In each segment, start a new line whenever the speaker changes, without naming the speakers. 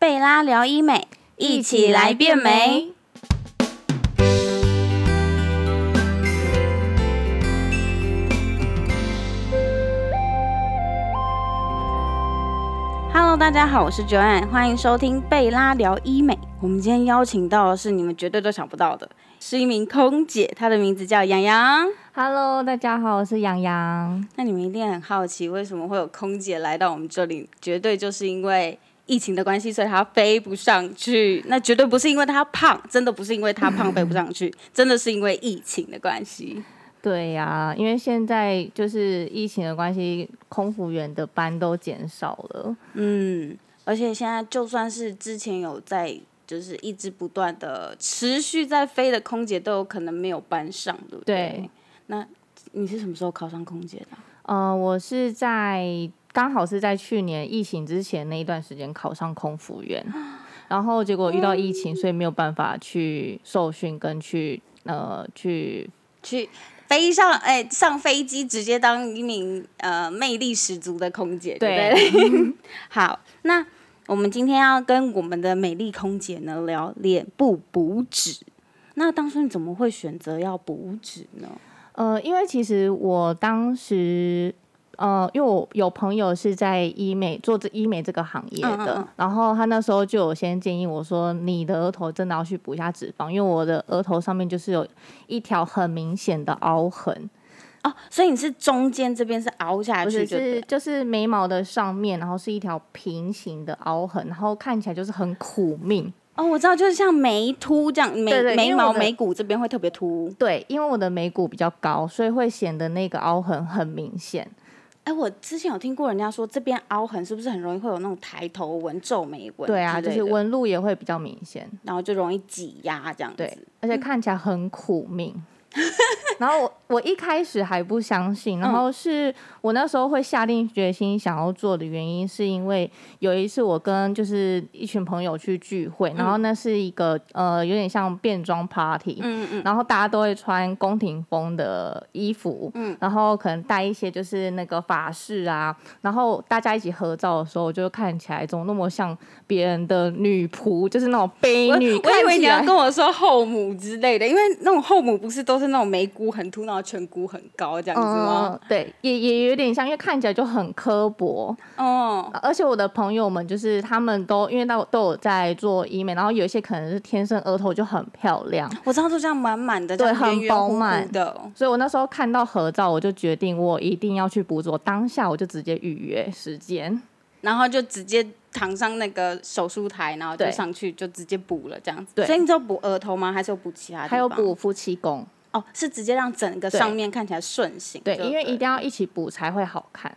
贝拉聊医美，一起来变美。Hello，大家好，我是 Joanne，欢迎收听贝拉聊医美。我们今天邀请到的是你们绝对都想不到的，是一名空姐，她的名字叫杨洋。
Hello，大家好，我是杨洋。
那你们一定很好奇，为什么会有空姐来到我们这里？绝对就是因为疫情的关系，所以她飞不上去。那绝对不是因为她胖，真的不是因为她胖飞不上去，真的是因为疫情的关系。
对呀、因为现在就是疫情的关系，空服员的班都减少了。
嗯，而且现在就算是之前有在，就是一直不断的持续在飞的空姐，都有可能没有班上，对不
对
那你是什么时候考上空姐的啊？
呃，我是在刚好是在去年疫情之前那一段时间考上空服员，然后结果遇到疫情，所以没有办法去受训跟去呃去
去飞上哎、上飞机直接当一名呃魅力十足的空姐，对不对？ 好，那我们今天要跟我们的美丽空姐呢聊脸部补脂。那当初你怎么会选择要补脂呢？
呃，因为其实我当时，呃，因为我有朋友是在医美做这医美这个行业的，
嗯嗯嗯
然后他那时候就有先建议我说，你的额头真的要去补一下脂肪，因为我的额头上面就是有一条很明显的凹痕，
哦，所以你是中间这边是凹下
不
去
是
就对
是
了，
就是眉毛的上面，然后是一条平行的凹痕，然后看起来就是很苦命。
哦，我知道，就是像眉凸这样，眉
对对因
眉
为
毛
我的
眉骨这边会特别凸。
对，因为我的眉骨比较高，所以会显得那个凹痕很明显。
哎，我之前有听过人家说，这边凹痕是不是很容易会有那种抬头纹、皱眉纹？
对啊，就是
纹，
纹路也会比较明显。
然后就容易挤压这样子嗯
对。，而且看起来很苦命。 然后我我一开始还不相信，
嗯
然后是我那时候会下定决心想要做的原因，是因为有一次我跟就是一群朋友去聚会，然后那是一个呃有点像变装 party，
嗯嗯，
然后大家都会穿宫廷风的衣服，嗯，然后可能带一些就是那个法式啊，然后大家一起合照的时候，我就看起来怎么那么像别人的女仆，就是那种
我
悲
我
女，
以为
看
你
起
要
来
跟我说后母之类的，因为那种后母不是都是那种眉骨很凸，然后颧骨很高这样子吗？
嗯，对，也也有点像，因为看起来就很刻薄。呃
哦，
而且我的朋友们就是他们都因为到都有在做医美，然后有一些可能是天生额头就很漂亮，
我知道，就这样满满的，
对
这样圆圆
很饱
乎乎
满
的。
所以我那时候看到合照，我就决定我一定要去补做，当下我就直接预约时间。
然后就直接躺上那个手术台，然后就
对
上去就直接补了这样子。
对
所以你只有补额头吗？还是有补其他地方？
还有补夫妻宫，
哦，是直接让整个
对
上面看起来顺行。
对，
就啊
因为一定要一起补才会好看。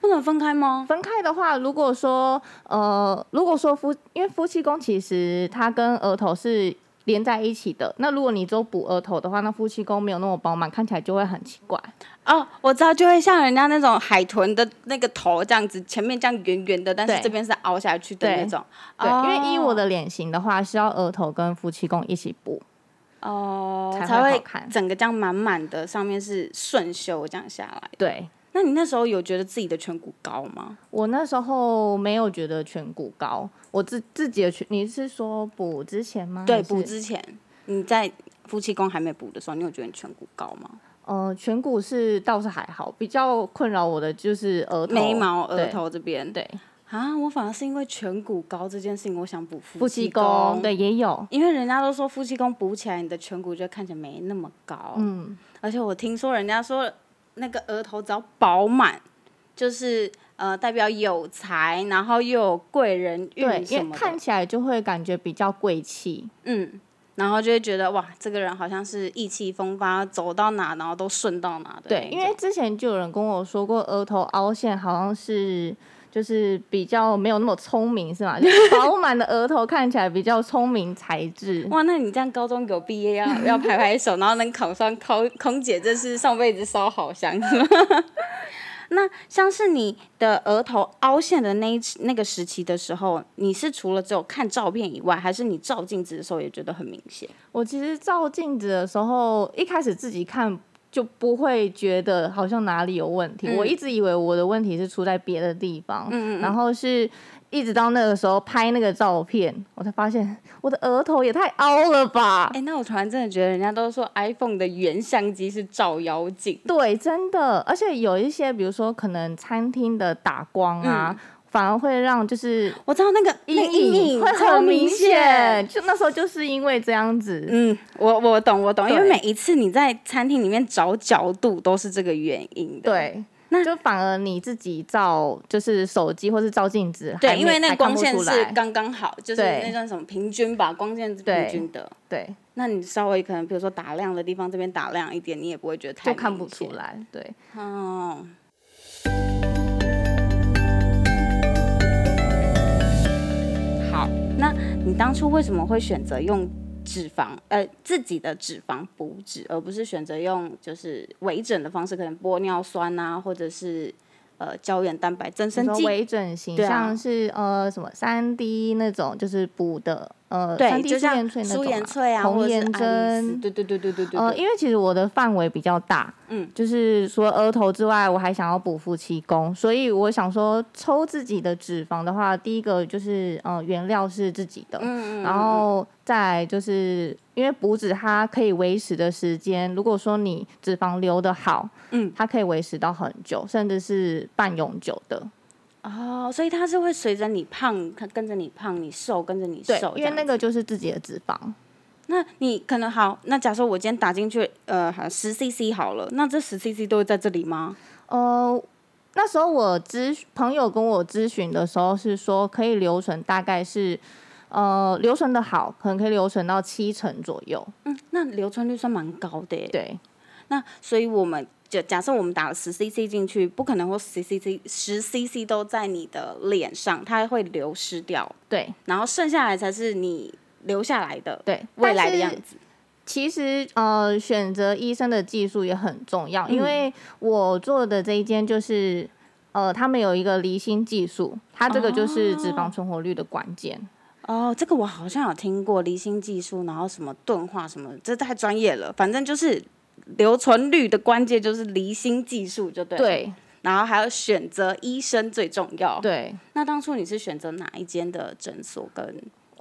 不能分开吗？
分开的话，如果说呃，如果说夫，因为夫妻宫其实它跟额头是连在一起的。那如果你只有补额头的话，那夫妻宫没有那么饱满，看起来就会很奇怪。
哦，我知道，就会像人家那种海豚的那个头这样子，前面这样圆圆的，但是
对
这边是凹下去的
对
那种。
对，
哦
因为依我的脸型的话，是要额头跟夫妻宫一起补。
哦，
才
才
会
会
好看
整个这样满满的，上面是顺修这样下来。
对
那你那时候有觉得自己的颧骨高吗？
我那时候没有觉得颧骨高，我自自己的颧，你是说补之前吗？
对，
还是
补之前你在夫妻宫还没补的时候，你有觉得你颧骨高吗？
呃，颧骨是倒是还好，比较困扰我的就是额头、
眉毛、
对
额头这边
对，
啊，我反而是因为颧骨高这件事情，我想补
夫
夫
妻宫
宫。，
对也有。
因为人家都说夫妻宫补起来，你的颧骨就看起来没那么高。
嗯，
而且我听说人家说那个额头只要饱满，就是呃代表有才，然后又有贵人
对
运，
因
什
为
么
看
的，
起来就会感觉比较贵气。
嗯，然后就会觉得哇，这个人好像是意气风发，走到哪然后都顺到哪的那
对
一种。，
因为之前就有人跟我说过，额头凹陷好像是就是比较没有那么聪 明，是吗？就是饱满的额头看起来比较聪明才智。
哇，那你这样高中有毕业要 要拍拍手，然后能考上空空姐，真是上辈子烧好香。 那像是你的额头凹陷的那一那个时期的时候，你是除了只有看照片以外，还是你照镜子的时候也觉得很明显？
我其实照镜子的时候，一开始自己看。就不会觉得好像哪里有问题。
嗯
我一直以为我的问题是出在别的地方，然后是一直到那个时候拍那个照片，我才发现我的额头也太凹了吧！
哎、那我突然真的觉得，人家都说 iPhone 的原相机是照妖镜，
对，真的，而且有一些，比如说可能餐厅的打光啊，反而会让就是
我知道那个嗯那个阴影
会
超
很明
显
显。。就那时候就是因为这样子，
嗯，我我懂我懂，因为
对
每一次你在餐厅里面找角度都是这个原因的。
对。
那
就反而你自己照，就是手机或是照镜子，还
对，
没
因为那
还
个光
看不
线
出
是
来
刚刚好，就是
对
那叫什么平均吧，光线是平
对
均的。
对，
那你稍微可能比如说打亮的地方，这边打亮一点，你也不会觉得太
就看不
明显
出。来。对，
哦，好，那你当初为什么会选择用脂肪呃自己的脂肪补脂，而不是选择用就是微整的方式，可能玻尿酸啊，或者是呃胶原蛋白增
你
生
说
剂？
微整形，
对啊
像是呃什么三 D 那种，就是补的呃
对，
三 D
就
舒
像
颜萃那
舒
种
颜
啊
萃啊，或
红
者是
颜
爱丽丝
针，
对对对对对对
呃，
对。
因为其实我的范围比较大，
嗯
嗯，就是除了额头之外，我还想要补腹七宫，所以我想说抽自己的脂肪的话，第一个就是呃原料是自己的，
嗯嗯嗯
然后再来就是因为补脂它可以维持的时间，如果说你脂肪留的好，
嗯
嗯，它可以维持到很久，甚至是半永久的，
哦，所以它是会随着你胖，它跟着你胖，你瘦跟着你
对
瘦，这
因为
样
那
子
个就是自己的脂肪，
那你可能好，那假设我今天打进去，呃，十 CC 好了，那这十 CC 都会在这里吗？
呃，那时候我咨询朋友跟我咨询的时候是说，可以留存大概是呃留存的好，可能可以留存到七成左右。
嗯，那留存率算蛮高的耶。
对
那所以我们就假设我们打了十 CC 进去，不可能会十 CC 十 CC 都在你的脸上，它会流失掉，
对
然后剩下来才是你留下来的
对，
未
但
来的
是
样子。
其实呃，选择医生的技术也很重要，
嗯
因为我做的这一间就是。呃，他们有一个离心技术，它这个就是脂肪存活率的关键。
哦，这个我好像有听过离心技术，然后什么钝化什么，这太专业了。反正就是留存率的关键就是离心技术，就对了。
对
然后还有选择医生最重要。，
对，
那当初你是选择哪一间的诊所跟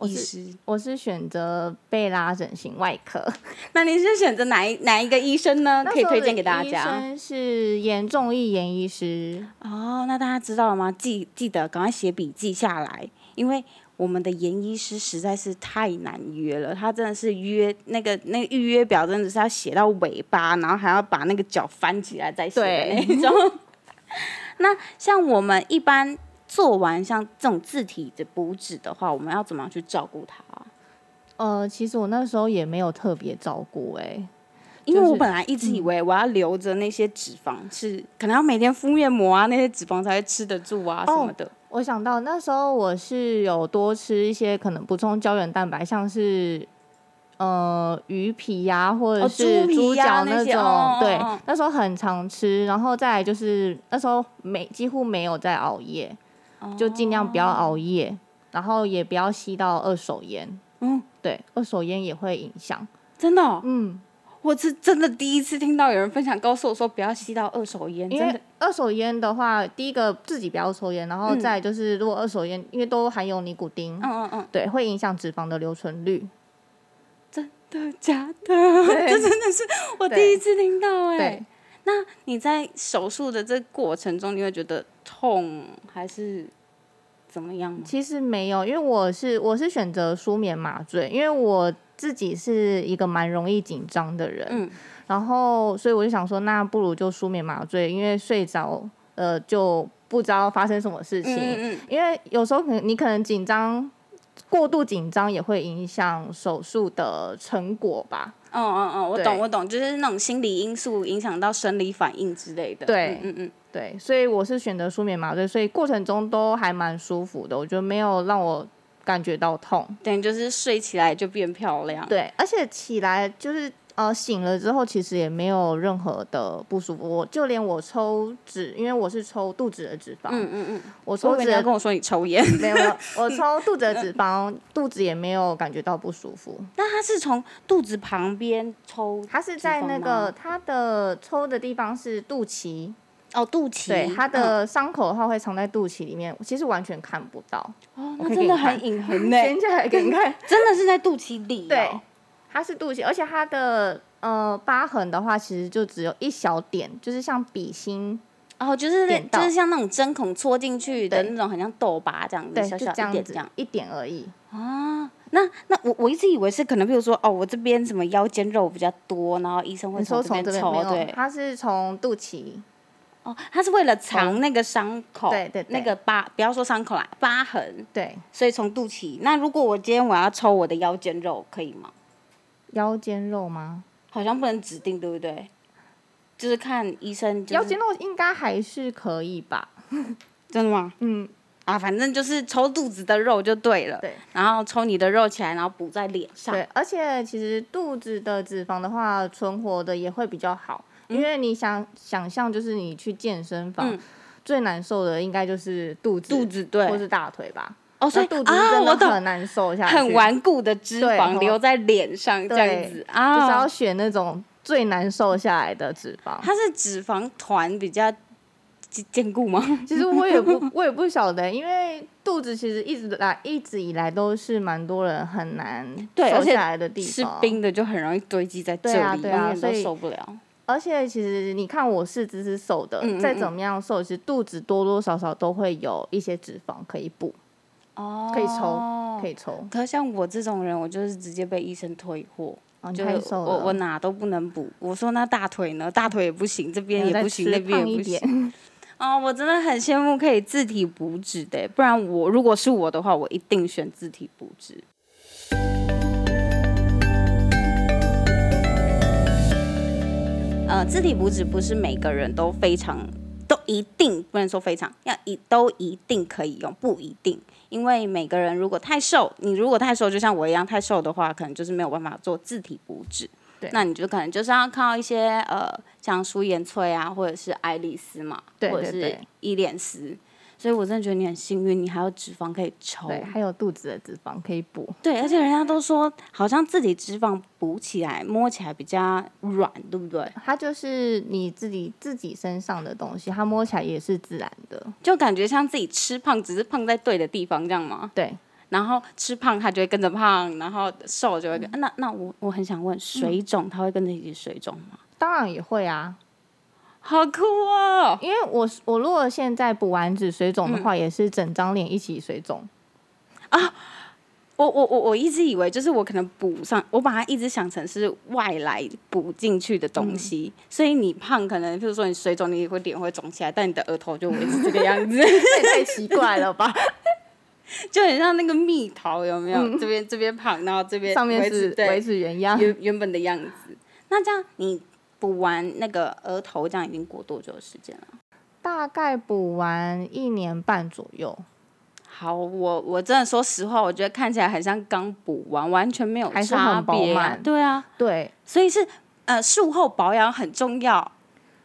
医师？
我是选择贝拉整形外科。
那你是选择哪一哪一个医生呢？
那
可以
时候
推
的
荐给大
医
家。
生是严仲义严医师，
哦，那大家知道了吗？记记得赶快写笔记下来，因为。我们的严医师实在是太难约了，他真的是约那个那个预约表真的是要写到尾巴，然后还要把那个脚翻起来再写的
对
那种。 那像我们一般做完像这种字体的补脂的话，我们要怎么样去照顾它啊、
呃，其实我那时候也没有特别照顾哎、
因为
就是嗯
我本来一直以为我要留着那些脂肪是，可能要每天敷面膜啊，那些脂肪才会吃得住啊什
哦
么的。
我想到那时候我是有多吃一些可能补充胶原蛋白，像是呃鱼皮呀、或者
哦
是
猪皮
猪
呀
脚
那些
种，
哦
对
哦哦，
那时候很常吃，然后再来就是那时候没几乎没有在熬夜，就尽量不要熬夜，然后也不要吸到二手烟，
嗯，
对，二手烟也会影响，
真的哦、
嗯。
我是真的第一次听到有人分享告诉我说不要吸到二手烟，
因
真的
为二手烟的话，第一个自己不要抽烟，然后再来就是如果二手烟，因为都含有尼古丁，
嗯嗯 嗯，
对，会影响脂肪的留存率。
真的假的？这真的是我第一次听到哎、
对，
那你在手术的这个过程中，你会觉得痛还是怎么样吗？
其实没有，因为我是我是选择舒眠麻醉，因为我自己是一个蛮容易紧张的人，
嗯
然后所以我就想说，那不如就舒眠麻醉，因为睡着呃就不知道发生什么事情，
嗯嗯
因为有时候可能你可能紧张。过度紧张也会影响手术的成果吧，
嗯嗯嗯，我
对
懂我懂，就是那种心理因素影响到生理反应之类的。
对
嗯嗯嗯。
对，所以我是选择舒眠麻醉，所以过程中都还蛮舒服的，我觉得没有让我感觉到痛。
等于就是睡起来就变漂亮。
对，而且起来就是呃醒了之后，其实也没有任何的不舒服，我就连我抽脂，因为我是抽肚子的脂肪，
嗯嗯嗯，
我抽
我以
脂
为你要
的
跟我说你抽烟，
没有，没有我抽肚子的脂肪，肚子也没有感觉到不舒服。
那他是从肚子旁边抽
它是
脂
在
肪
那
吗
个它的抽的地方是肚脐，
哦，肚脐，
对，它
嗯、
的伤口的话会藏在肚脐里面，其实完全看不到。
哦，
我可
那
以
真的
给你看
很隐痕呢，
捡起来给你看，
真的是在肚脐里、哦，
对，它是肚脐，而且它的呃疤痕的话，其实就只有一小点，就是像笔芯，
哦，就是那
点
就
到
是像那种针孔戳进去的
对
那种，很像痘疤这样子，
对，
嗯小
就
小
这
一
样
点
子
这样。
一点而已。
那那我我一直以为是可能，比如说哦，我这边什么腰间肉比较多，然后医生会
你说从
这
这
边
边
抽，
没有，
对，
它是从肚脐，
哦，他是为了藏那个伤口，
对对对
那个疤，不要说伤口啦，疤痕，
对，
所以从肚脐。那如果我今天我要抽我的腰间肉，可以吗？
腰间肉吗？
好像不能指定，对不对？就是看医生、就是，
腰间肉应该还是可以吧？
真的吗？
嗯，
啊，反正就是抽肚子的肉就对了，
对
然后抽你的肉起来，然后补在脸上。
对，而且其实肚子的脂肪的话，存活的也会比较好，因为你想想象就是你去健身房。
嗯
最难受的应该就是肚子，
肚子对
或是大腿吧。
哦，
那
所以
肚子
啊，
真
我
的
懂，
很难受下去，
很顽固的脂
对
肪
很
留在脸上这样
对
子
就是
啊
要，选那种最难瘦下来的脂肪。
它是脂肪团比较坚坚固吗？
其实我 也不，我也不晓得，因为肚子其实一直来一直以来都是蛮多人很难
对而
瘦
且
下来的地
吃
方。
冰的就很容易堆积在这里，
对啊对啊
永远都
所以
受不了。
而且其实你看我四肢是瘦的，
嗯嗯
再
嗯
怎么样瘦，其实肚子多多少少都会有一些脂肪可以补、
哦
可以抽、可以抽。
可是像我这种人，我就是直接被医生退货，
啊，你
就
太
是
瘦
我我
了，
哪都不能补。我说那大腿呢？大腿也不行，这边也
再
不行，
吃
那边
胖
也
一
不行。
点。
哦，我真的很羡慕可以自体补脂的，欸不然我如果是我的话，我一定选自体补脂。呃，自体补脂不是每个人都非常都一定不能说非常要一都一定可以用，不一定，因为每个人如果太瘦，你如果太瘦，就像我一样太瘦的话，可能就是没有办法做自体补脂。
对
那你就可能就是要靠一些呃，像舒颜萃啊，或者是爱丽丝嘛，
对
或者
对
是
对
伊莲丝。所以我真的觉得你很幸运，你还有脂肪可以抽。
对，还有肚子的脂肪可以补。
对，而且人家都说，好像自己脂肪补起来，摸起来比较软，对不对？
它就是你自己自己身上的东西，它摸起来也是自然的。
就感觉像自己吃胖，只是胖在对的地方，这样吗？
对，
然后吃胖，它就会跟着胖；然后瘦就会跟……那那我我很想问，水肿它会跟着一起水肿吗？
当然也会啊，
好酷哦！
因为我我如果现在补完脂水肿
嗯
的话，也是整张脸一起水肿。
我我我我一直以为就是我可能补上，我把它一直想成是外来补进去的东西，所以你胖可能，譬如说你水肿，你会脸会肿起来，但你的额头就维持这个样子，
这也太奇怪 了吧？
就很像那个蜜桃，有没有？这边这边胖，然后这边
上面
维持
是
对
维持原 样，
原原本的样子。那这样你补完那个额头，这样已经过多久的时间了？
大概补完一年半左右，
好，我我真的说实话，我觉得看起来很像刚补完，完全没有
还是很
差
饱
别、啊。
满
对啊，
对，
所以是呃术后保养很重要。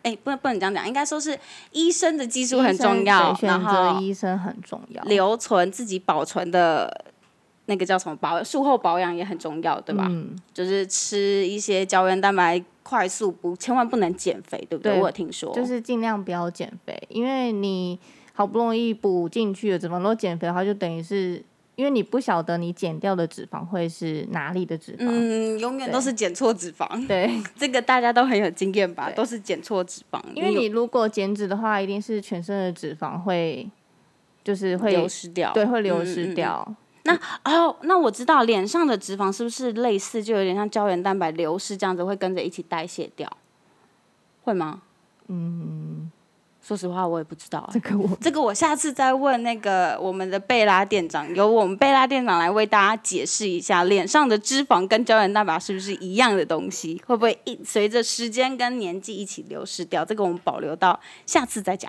哎，不能不能这样讲，应该说是医生的技术很重
医
要
生，对
然
选择
后
医生很重要。
留存自己保存的那个叫什么保术后保养也很重要，对吧？
嗯，
就是吃一些胶原蛋白，快速补，千万不能减肥，对不对？
对
我有听说，
就是尽量不要减肥，因为你好不容易补进去了，怎么都减肥的话，就等于是因为你不晓得你减掉的脂肪会是哪里的脂肪。
嗯，永远都
对
是减错脂肪，
啊对，
这个大家都很有经验吧？
对
都是减错脂肪，
因为
有
你如果减脂的话，一定是全身的脂肪会，就是会
流失掉，
对，会流
嗯嗯
失
嗯
掉。
哦，那我知道脸上的脂肪是不是类似，就有点像胶原蛋白流失这样子，会跟着一起代谢掉，会吗？嗯，
嗯
说实话我也不知道、啊
这。个我
这个我下次再问那个我们的贝拉店长，由我们贝拉店长来为大家解释一下，脸上的脂肪跟胶原蛋白是不是一样的东西？会不会一随着时间跟年纪一起流失掉？这个我们保留到下次再讲。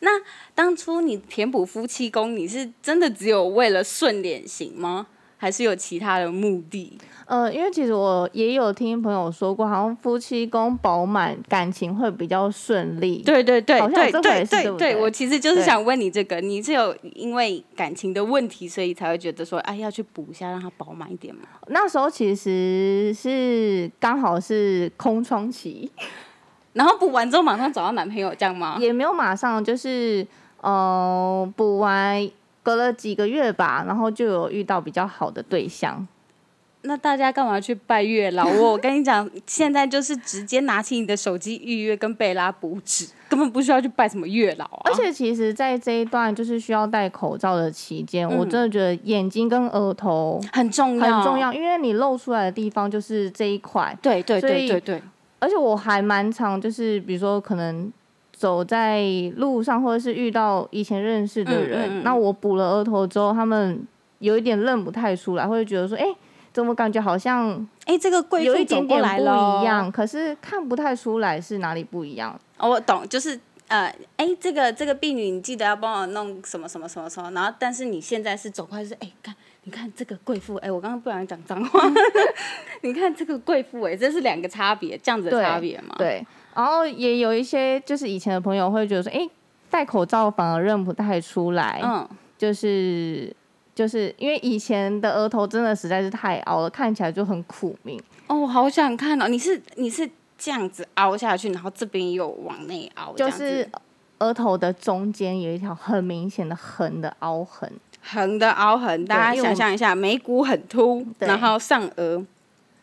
那当初你填补夫妻宫，你是真的只有为了顺脸型吗？还是有其他的目的？
呃，因为其实我也有听朋友说过，好像夫妻宫饱满，感情会比较顺利。
对对对
好像有
对
这回
对
事对不
对，
对
我其实就是
对
想问你这个，你是有因为感情的问题，所以才会觉得说，哎，要去补一下，让它饱满一点吗？
那时候其实是刚好是空窗期，
然后补完之后马上找到男朋友，这样吗？
也没有马上就是呃补完，隔了几个月吧，然后就有遇到比较好的对象。
那大家干嘛去拜月老？我我跟你讲，现在就是直接拿起你的手机预约跟贝拉补纸，根本不需要去拜什么月老啊。
而且其实，在这一段就是需要戴口罩的期间，我真的觉得眼睛跟额头
很嗯重要，
很重。要，因为你露出来的地方就是这一块。
对对
所
对
以
对对，
而且我还蛮常就是，比如说可能走在路上，或者是遇到以前认识的
嗯嗯
人，
嗯
那我补了额头之后，他们有一点认不太出来，会觉得说，哎、怎么感觉好像
哎，这个贵
有
妇
一
走
点
过
点
来
不
了，
一样，可是看不太出来是哪里不一样。
哦，我懂，就是呃，哎，这个这个婢女，你记得要帮我弄什么什么什么什么，然后但是你现在是走过来就是，哎，看，你看这个贵妇，哎，我刚刚不小心讲脏话， 你看这个贵妇，哎，这是两个差别，这样子的
对
差别嘛？，
对，然后也有一些就是以前的朋友会觉得说，哎、戴口罩反而认不太出来，
嗯，
就是就是因为以前的额头真的实在是太凹了，看起来就很苦命。
哦，我好想看哦，你是你是这样子凹下去，然后这边又往内凹，这
就
样子
是额头的中间有一条很明显的横的凹痕，
横的凹痕，大家
因为我
想
们
象一下，眉骨很凸，
对
然后上颚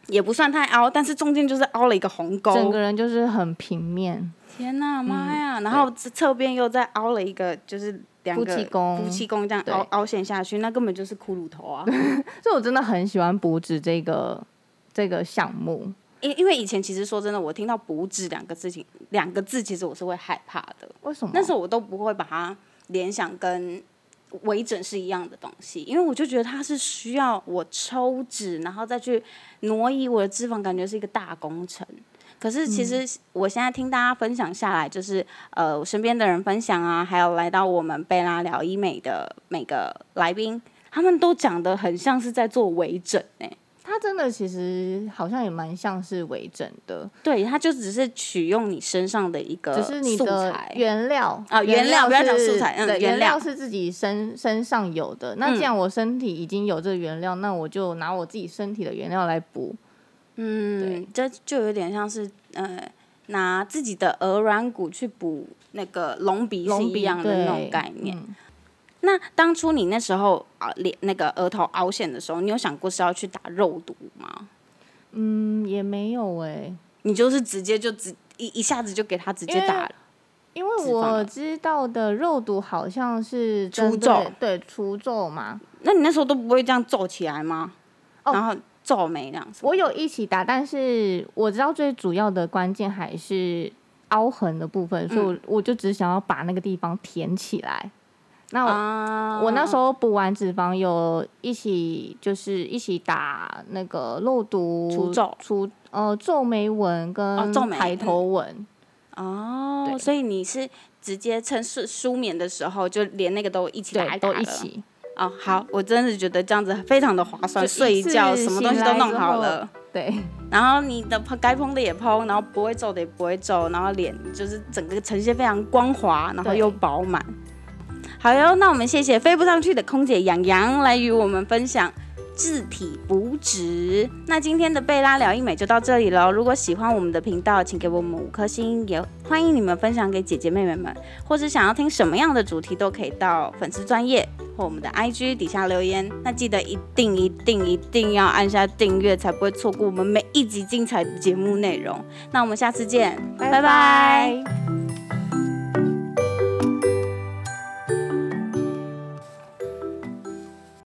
也不算太凹，但是中间就是凹了一个鸿沟，
整个人嗯就是很平面。
天呐，妈呀！然后这侧边又再凹了一个，就是两个
夫妻宫
夫妻宫这样
对
凹凹陷下去，那根本就是骷髅头啊！
所以我真的很喜欢补脂这个这个项目。
因因为以前其实说真的，我听到补脂两个字情，两个字其实我是会害怕的，
为什么？
那时候我都不会把它联想跟微整是一样的东西，因为我就觉得它是需要我抽脂，然后再去挪移我的脂肪，感觉是一个大工程。可是其
嗯
实我现在听大家分享下来，就是、呃，我身边的人分享啊，还有来到我们贝拉聊医美的每个来宾，他们都讲的很像是在做微整哎、
它真的其实好像也蛮像是微整的，
对，它就只是取用你身上的一个
只是你
素
的
材，
原料
啊原料不要讲
是
素材嗯
对
原
原
料嗯
料是自己身身上有的。那既然我身体已经有这个原料，那我就拿我自己身体的原料来补。
嗯，这就有点像是呃，拿自己的鹅软骨去补那个隆鼻是
隆鼻
一样的那种
对
概念。
嗯
那当初你那时候啊，脸那个额头凹陷的时候，你有想过是要去打肉毒吗？
嗯，也没有哎、
你就是直接就直一一下子就给他直接打了，
因为
脂肪的
我知道的肉毒好像是
除
针对
皱
对除皱嘛。
那你那时候都不会这样皱起来吗？
哦
然后皱眉那样子。
我有一起打，但是我知道最主要的关键还是凹痕的部分，所以我
嗯
我就只想要把那个地方填起来。那我、
啊，
我那时候补完脂肪，有一起就是一起打那个肉毒
除皱
除呃皱眉纹
哦
跟
皱眉
抬头纹。
哦，
对
所以你是直接趁睡舒眠的时候，就连那个都一起打
对，
打
都一
了
起，
哦，好，我真的觉得这样子非常的划算，
就一
睡一
次
觉什么东西都弄
醒来之
好
后
了，
对，
然后你的碰该嘭的也嘭，然后不会皱的也不会皱，然后脸就是整个呈现非常光滑，然后
对
又饱满。好哟，那我们谢谢飞不上去的空姐杨洋来与我们分享自体补脂。那今天的贝拉聊医美就到这里喽。如果喜欢我们的频道，请给我们五颗星，也欢迎你们分享给姐姐妹妹们，或是想要听什么样的主题都可以到粉丝专业或我们的 IG 底下留言。那记得一定一定一定要按下订阅，才不会错过我们每一集精彩的节目内容。那我们下次见，拜拜